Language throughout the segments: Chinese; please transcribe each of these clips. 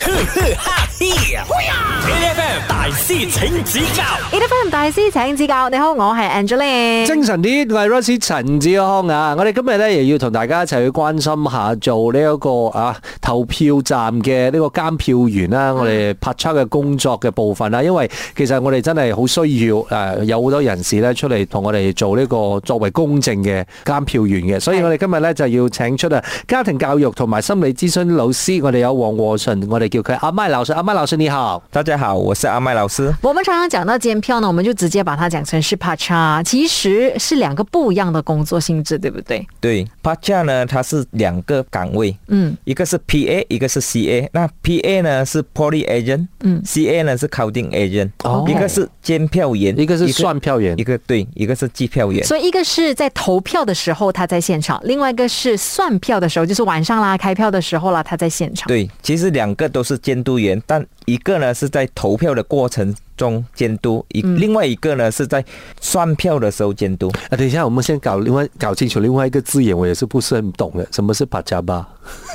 哈 FM 大師請指教 e d f m 大師請指教，你好，我係 Angeline。精神啲，我係 Rosie 陳志康啊！我哋今日咧又要同大家一齊去關心下做呢、一個啊投票站嘅呢個監票員啦，我哋拍出嘅工作嘅部分啦，啊因為其實我哋真係好需要誒、啊有好多人士咧出嚟同我哋做呢、個作為公正嘅監票員嘅，所以我哋今日咧就要請出啊家庭教育同埋心理諮詢老師，我哋有黃和順，我哋叫佢阿麥老師，阿麥老師你好。 大家好，我是阿麦老师。我們常常講到監票呢，我們就直接把它講成是 p a c h a 其實是兩個不一樣的工作性質，對不對？对 p a c a 呢，它是两个岗位，嗯，一个是 PA，一个是 CA。那 PA 呢是 Poly Agent，嗯，CA 呢是 Counting Agent，、哦一个是监票员，一个是算票员一个对，一个是计票员。所以一個是在投票的時候他在現場，另外一個是算票的時候，就是晚上啦、開票的時候啦，他在現場。对，其实两个都是监督员，但一个呢是在投票的过程中监督，一、嗯另外一个呢是在算票的时候监督。啊，等一下，我们先搞另外搞清楚另外一个字眼，我也是不是很懂的，什么是帕加巴？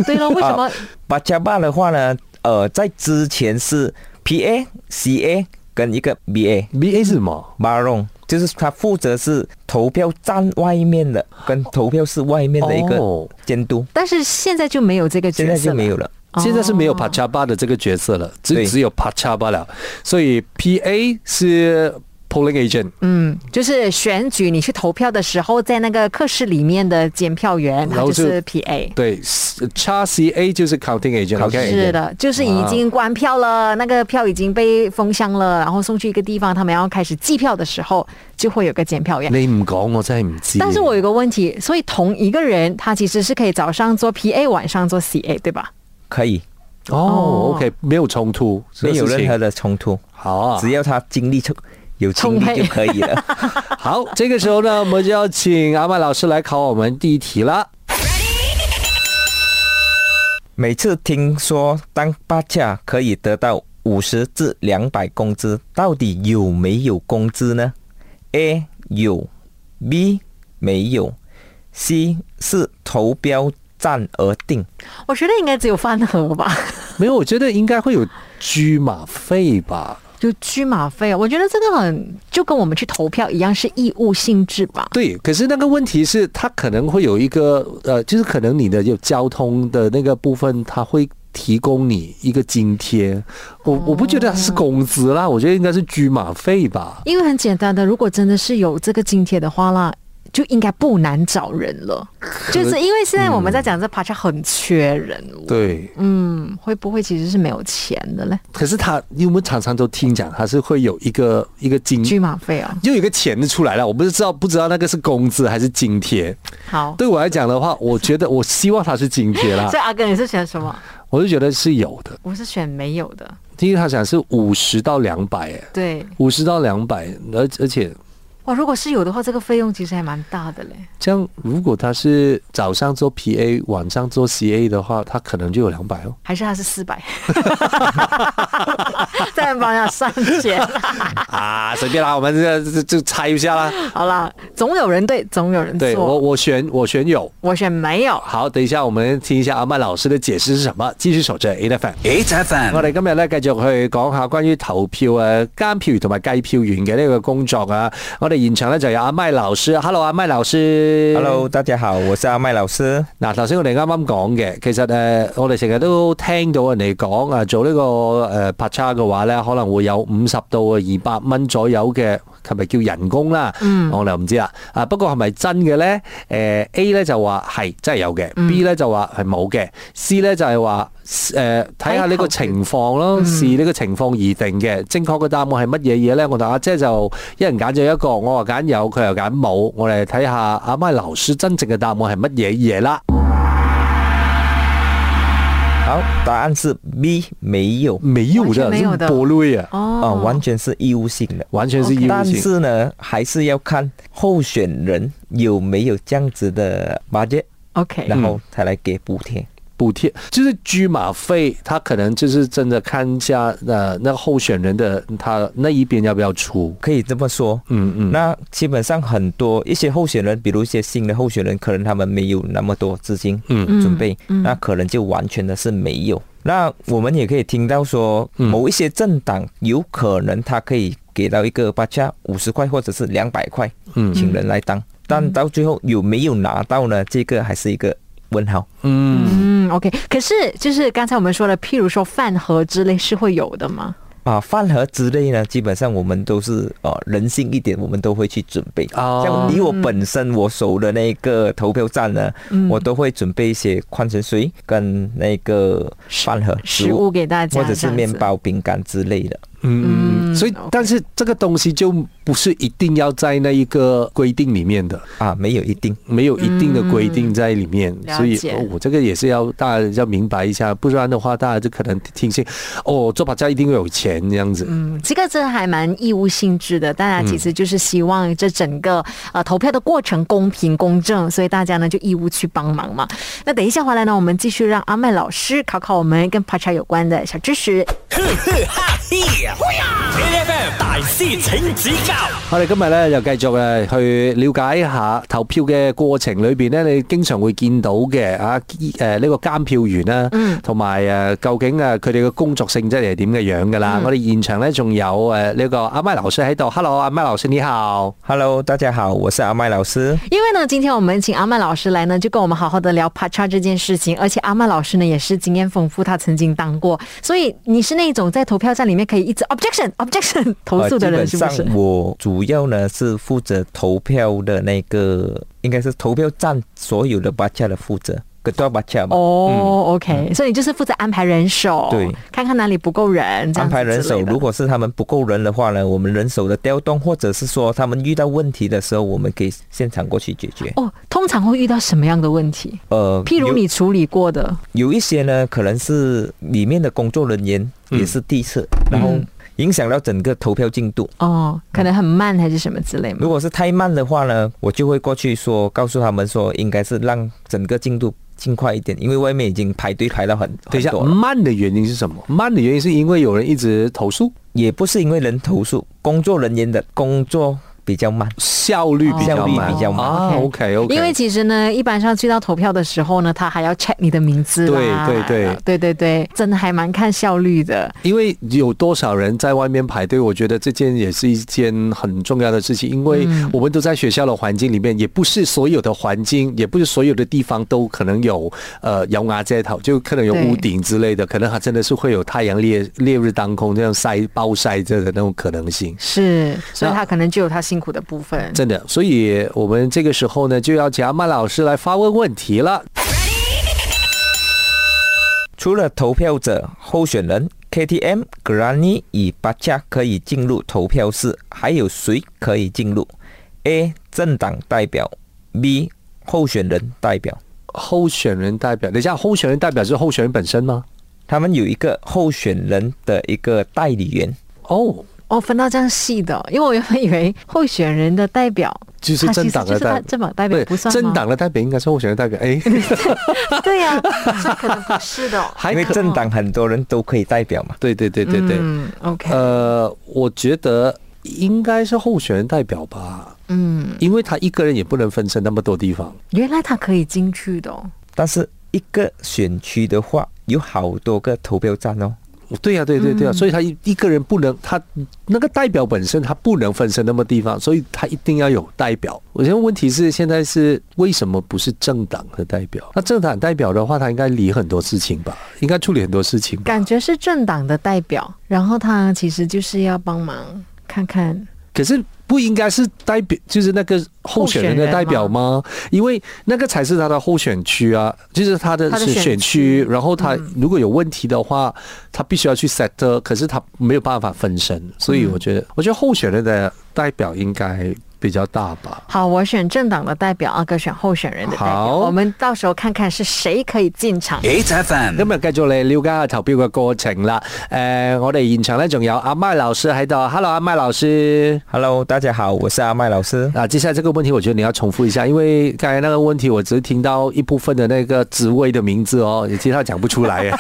对啊咯，為什麼？巴加巴的话呢，呃，在之前是 PA、CA 跟一个 BA。 B A 是什么？ Baron，就是他负责是投票站外面的，跟投票室外面的一哦个监督。但是現在就沒有這個现角在色就了嗯没有了。现在是没有帕加巴的这个角色了，只对只有帕加巴了。所以 P A 是 polling agent，嗯，就是选举你去投票的时候，在那个课室里面的检票员，他然后就就是 PA。对，X C A 就是 counting agent。 Counting OK，是的，就是已经关票了，那个票已经被封箱了，然后送去一个地方，他们要开始计票的时候，就会有个检票员。你唔讲我真系唔知。但是我有个问题，所以同一个人他其实是可以早上做 PA，晚上做 CA，对吧？可以，哦哦，OK，没有冲突，没有任何的的冲突，好啊只。要他精力充有精充沛力就可以了。好，这个时候呢，我们就要请阿麦老师来考我们第一题了。每次听说当八价可以得到五十至两百工资，到底有没有工资呢？A 有，B 没有，C 是投标站而定。我觉得应该只有饭盒吧，没有，我觉得应该会有居马费吧。 就车马费啊。我觉得这个很就跟我们去投票一样，是义务性质吧。对，可是那个问题是，它可能会有一个呃，就是可能你的有交通的那个部分，它会提供你一个津贴。我我不觉得它是工资啦，我觉得应该是居马费吧。因为很简单的，如果真的是有这个津贴的话啦，就应该不难找人了。嗯就是因为现在我们在讲这 p a 很缺人，对，嗯，会不会其实是没有钱的嘞？可是他，因为我们常常都听讲，它是会有一个一个津，车马费啊，又有一个钱出来了。我不是知道不知道那个是工资还是津贴。好，对我来讲的话，我觉得我希望它是津贴啦 所，以阿哥你是选什么？我就觉得是有的。我是选没有的，听他讲是五十到两百，哎，对，五十到两百，而而且。哇，如果是有的话，这个费用其实还蛮大的嘞。这样，如果他是早上做 PA，晚上做 CA 的话，他可能就有两百哦。还是他是四百，再帮他算钱。啊，随便啦，我们这这就猜一下啦。好啦，总有人对，总有人对我，啊错。我选我选有。我选没有。好，等一下我们听一下阿曼老师的解释是什么。继续守着 A F M。 ，H FM 我哋今日咧繼續去講下關於投票啊、監票員同埋計票員嘅呢個工作啊。我哋現場咧就有阿麥老師，Hello 阿麥老師 Hello，大家好，我是阿麦老师。嗱，頭先我哋啱啱講嘅，其實誒、呃我哋成日都聽到人哋講啊，做呢、個誒拍叉嘅話咧，可能會有五十到二百蚊左右嘅，係咪叫人工啦？嗯，我就唔知啦。啊，不過係咪真嘅咧？誒、A 咧就話係真係有嘅、b 咧就話係冇嘅，C 咧就係話誒睇下呢個情況咯，視呢個情況而定嘅。正確嘅答案係乜嘢嘢咧？我同阿姐就一人揀咗一個，我話揀有，佢又揀冇。我哋睇下阿麥老師真正嘅答案係乜嘢嘢啦。好，答案是 B，没有，没有完的，全没有的是薄类啊，啊、哦，完全是义务性的。完全是义务但性。是呢，还是要看候选人有没有这样子的 budget，、 OK，嗯然后才来给补贴。补贴就是居马费，他可能就是真的看一下呃那个候选人的他那一边要不要出。可以这么说。嗯嗯，那基本上很多一些候选人，比如一些新的候选人，可能他们没有那么多资金嗯准备，那可能就完全的是没有。那我们也可以听到说，嗯某一些政党有可能他可以给到一个巴恰五十块或者是两百块，嗯请人来当，但到最后有没有拿到呢？这个还是一个问号。嗯，嗯，OK。可是就是刚才我们说的，譬如说饭盒之类是会有的吗？啊，饭盒之类呢，基本上我们都是呃人性一点，我们都会去准备。哦像以我本身我手的那个投票站呢，嗯我都会准备一些矿泉水跟那个饭盒食物给大家或者这是样子面包、饼干之类的。嗯，所以 OK 但是这个东西就不是一定要在那一个规定里面的，啊，没有一定。没有一定的规定在里面，嗯所以了解哦我、这个也是要大家要明白一下，不然的话大家就可能听信哦，做法家一定会有钱这样子。嗯，这个真的还蛮义务性质的，大家其实就是希望这整个呃投票的过程公平公正，所以大家呢就义务去帮忙嘛。那等一下回来呢，我们继续让阿麦老师考考我们跟 Pacha 有关的小知识。 A F M 大师请指教我哋今日咧就繼續诶去了解一下投票嘅過程裏边咧，你經常會見到嘅啊诶呢個監票員啦，嗯同埋诶究竟诶佢哋嘅工作性質係點嘅樣噶啦。嗯我哋現場咧仲有诶呢個阿麥老師喺度，Hello，阿麥老師你好。 Hello，大家好，我是阿麦老师。因为呢，今天我们请阿曼老师来呢，就跟我们好好的聊 Pacha 这件事情，而且阿曼老师呢也是经验丰富，他曾经当过，所以你是那种在投票站里面可以一直 objection objection 投诉的人，呃基是不本是？上我主要呢是负责投票的那个，应该是投票站所有的巴恰的负责，各多巴恰嘛。嗯哦、o k 所以你就是负责安排人手，对，看看哪里不够人，这样安子排人之手，类的如果是他们不够人的话呢，我们人手的调动，或者是说他们遇到问题的时候，我们可以现场过去解决。哦，通常会遇到什么样的问题？嗯呃，哦譬如有你处理过的，有一些呢，可能是里面的工作人员也是第一次，然嗯后影响到整个投票进度。哦，可能很慢还是什么之类吗如？果是太慢的话呢，我就会过去说，告诉他们说，应该是让整个进度尽快一点，因为外面已经排队排到很等很一下，多嗯了。慢的原因是什么？慢的原因是因為有人一直投訴，也不是因为人投诉，工作人员的工作比较慢。效率比效較率慢，比較慢啊。OK OK，因为其实呢，一般上去到投票的时候呢，他还要 check 你的名字啦对对对对对，真的还蛮看效率的。因为有多少人在外面排队，我觉得这件也是一件很重要的事情，因为我们都在学校的环境里面，也不是所有的环境，也不是所有的地方都可能有呃摇牙街头，就可能有对屋顶之类的，可能它真的是会有太阳烈烈日当空这样晒暴晒着的那种可能性。是，所以那他可能就有他辛苦的部分。真的，所以我们这个时候呢，就要请阿曼老师来发问问题了。除了投票者、候选人、KTM、Granny 与巴恰可以进入投票室，还有谁可以进入？A. 政党代表，B. 候选人代表。候选人代表，等一下，候选人代表是候选人本身吗？他们有一个候选人的一个代理员，哦，哦，分到这样细的，因为我原本以为候选人的代表就是啊他其实政党就的是代他政党代表对不算吗政党的代表应该是候选人代表。 哎，对呀、 这可能不是的哦。还因为政党很多人都可以代表嘛。对对对对对，嗯，OK，呃，我觉得应该是候选人代表吧，嗯，因为他一个人也不能分身那么多地方。原来他可以进去的、哦。但是一个选区的话，有好多个投票站哦。对呀、对对嗯对啊，所以他一一个人不能，他那个代表本身他不能分身那么地方，所以他一定要有代表。我现在问题是，现在是为什么不是政党的代表？那政党代表的话，他应该理很多事情吧，应该处理很多事情吧。感觉是政党的代表，然后他其实就是要帮忙看看。可是不应该是代表，就是那个候选人的代表吗？因为那个才是他的候选区啊，就是他的他的选选选区区。嗯然后他如果有问题的话，他必须要去 set，可是他没有办法分身，所以我觉得，我觉得候选人的代表应该比较大吧。好，我选政党的代表，阿哥选候选人的代表。好我们到时候看看是谁可以进场。 ，H F M 今日繼續嚟了解下投票嘅過程啦。誒、我哋現場咧仲有阿麥老師喺度，Hello，阿麥老師。 Hello，大家好，我是阿麦老师。啊，接下来这个问题，我觉得你要重复一下，因为刚才那个问题，我只是听到一部分的那个职位的名字哦，也其他讲不出 来耶。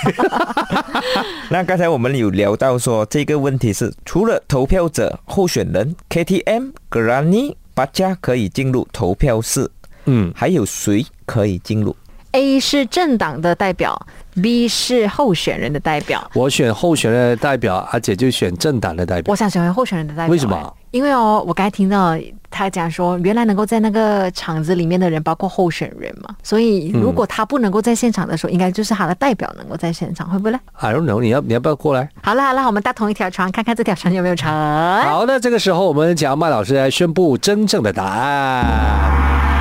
那刚才我们有聊到说，这个问题是除了投票者、候选人、KTM、Granny、巴加可以进入投票室，嗯，还有谁可以进入 A 是政党的代表，B 是候选人的代表。我选候选人的代表，阿姐就选政党的代表我。想成为候选人的代表。为什么哎？因为哦，我刚才听到他讲说，原来能够在那个场子里面的人包括候选人嘛，所以嗯如果他不能够在现场的时候，应该就是他的代表能够在现场，会不会呢？ I don't know，你要你要不要过来？好啦好啦，我们搭同一条船，看看这条船有没有成。好，那这个时候我们请麦老师来宣布真正的答案。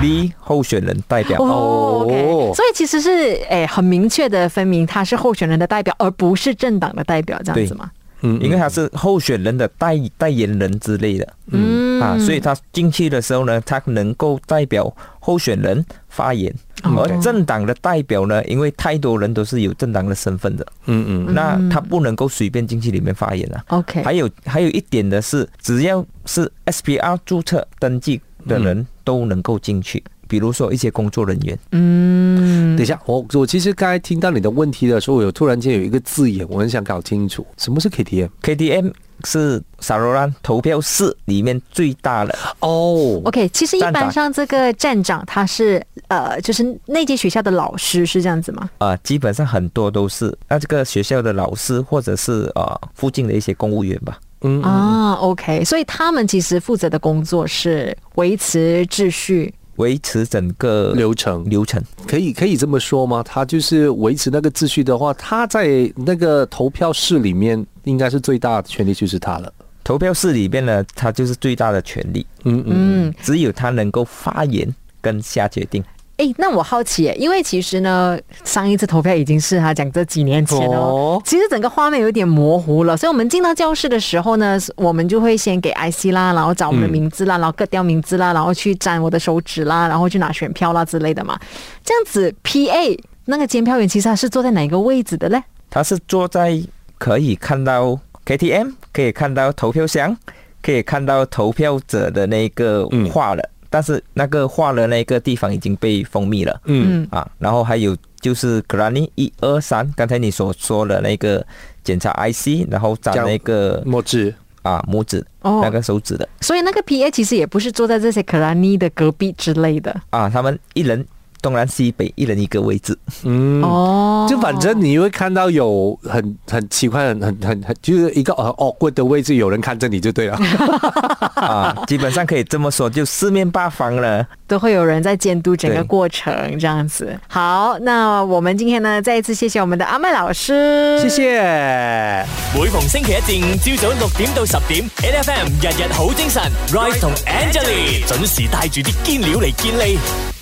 B 候选人代表。哦、o k 所以其实是诶、很明确的分明他是候选人的代表，而不是政党的代表，这样子嘛。嗯因为他是候选人的代代言人之类的，嗯啊，所以他进去的时候呢，他能够代表候选人发言，而政党的代表呢，因为太多人都是有政党的身份的，嗯嗯，那他不能够随便进去里面发言啊。 OK，还有还有一点的是，只要是 SPR 注册登记的人都能够进去，比如说一些工作人员，嗯等一下，我我其实刚才听到你的问题的时候，我有突然间有一个字眼，我很想搞清楚什么是 KTM。 KTM 是萨罗兰投票室里面最大的，哦 OK，其实一站般长上这个站长他是呃，就是那间学校的老师是这样子吗？啊、基本上很多都是那这个学校的老师或者是呃附近的一些公务员吧。嗯，啊，OK，所以他们其实负责的工作是维持秩序。维持整个流程流程，可以可以这么说吗？他就是维持那个秩序的话，他在那个投票室里面应该是最大的权利就是他了。投票室里面呢，他就是最大的权利，嗯嗯，嗯，只有他能够发言跟下决定。诶，那我好奇耶，因为其实呢，上一次投票已经是他讲这几年前哦哦，其实整个画面有点模糊了，所以我们进到教室的时候呢，我们就会先给 IC 啦，然后找我嗯们的名字啦，然后割掉名字啦，然后去粘我的手指啦，然后去拿选票啦之类的嘛。这样子，PA 那个监票员其实他是坐在哪一个位置的嘞？他是坐在可以看到 KTM，可以看到投票箱，可以看到投票者的那个嗯画了，但是那个画的那个地方已经被封闭了。嗯，啊，然后还有就是 Granny 一二三，刚才你所说的那个检查 IC，然后这长样那个墨汁。啊拇指、哦那个手指的所以那个 PA 其实也不是坐在这些克拉尼的隔壁之类的。啊，他们一人东南西北一人一个位 置，嗯，哦，就反正你会看到有很很奇怪、很很很很就是一个很 awkward 的位置，有人看着你就对了。啊，基本上可以这么说，就四面八方了。都会有人在监督整个对过程，这样子。好，那我们今天呢，再一次谢谢我们的阿麦老师，谢。谢。每逢星期一至五朝早六點到十點，N F M 日日好精神，Rise 同 Angelie 準時帶住啲堅料嚟健利。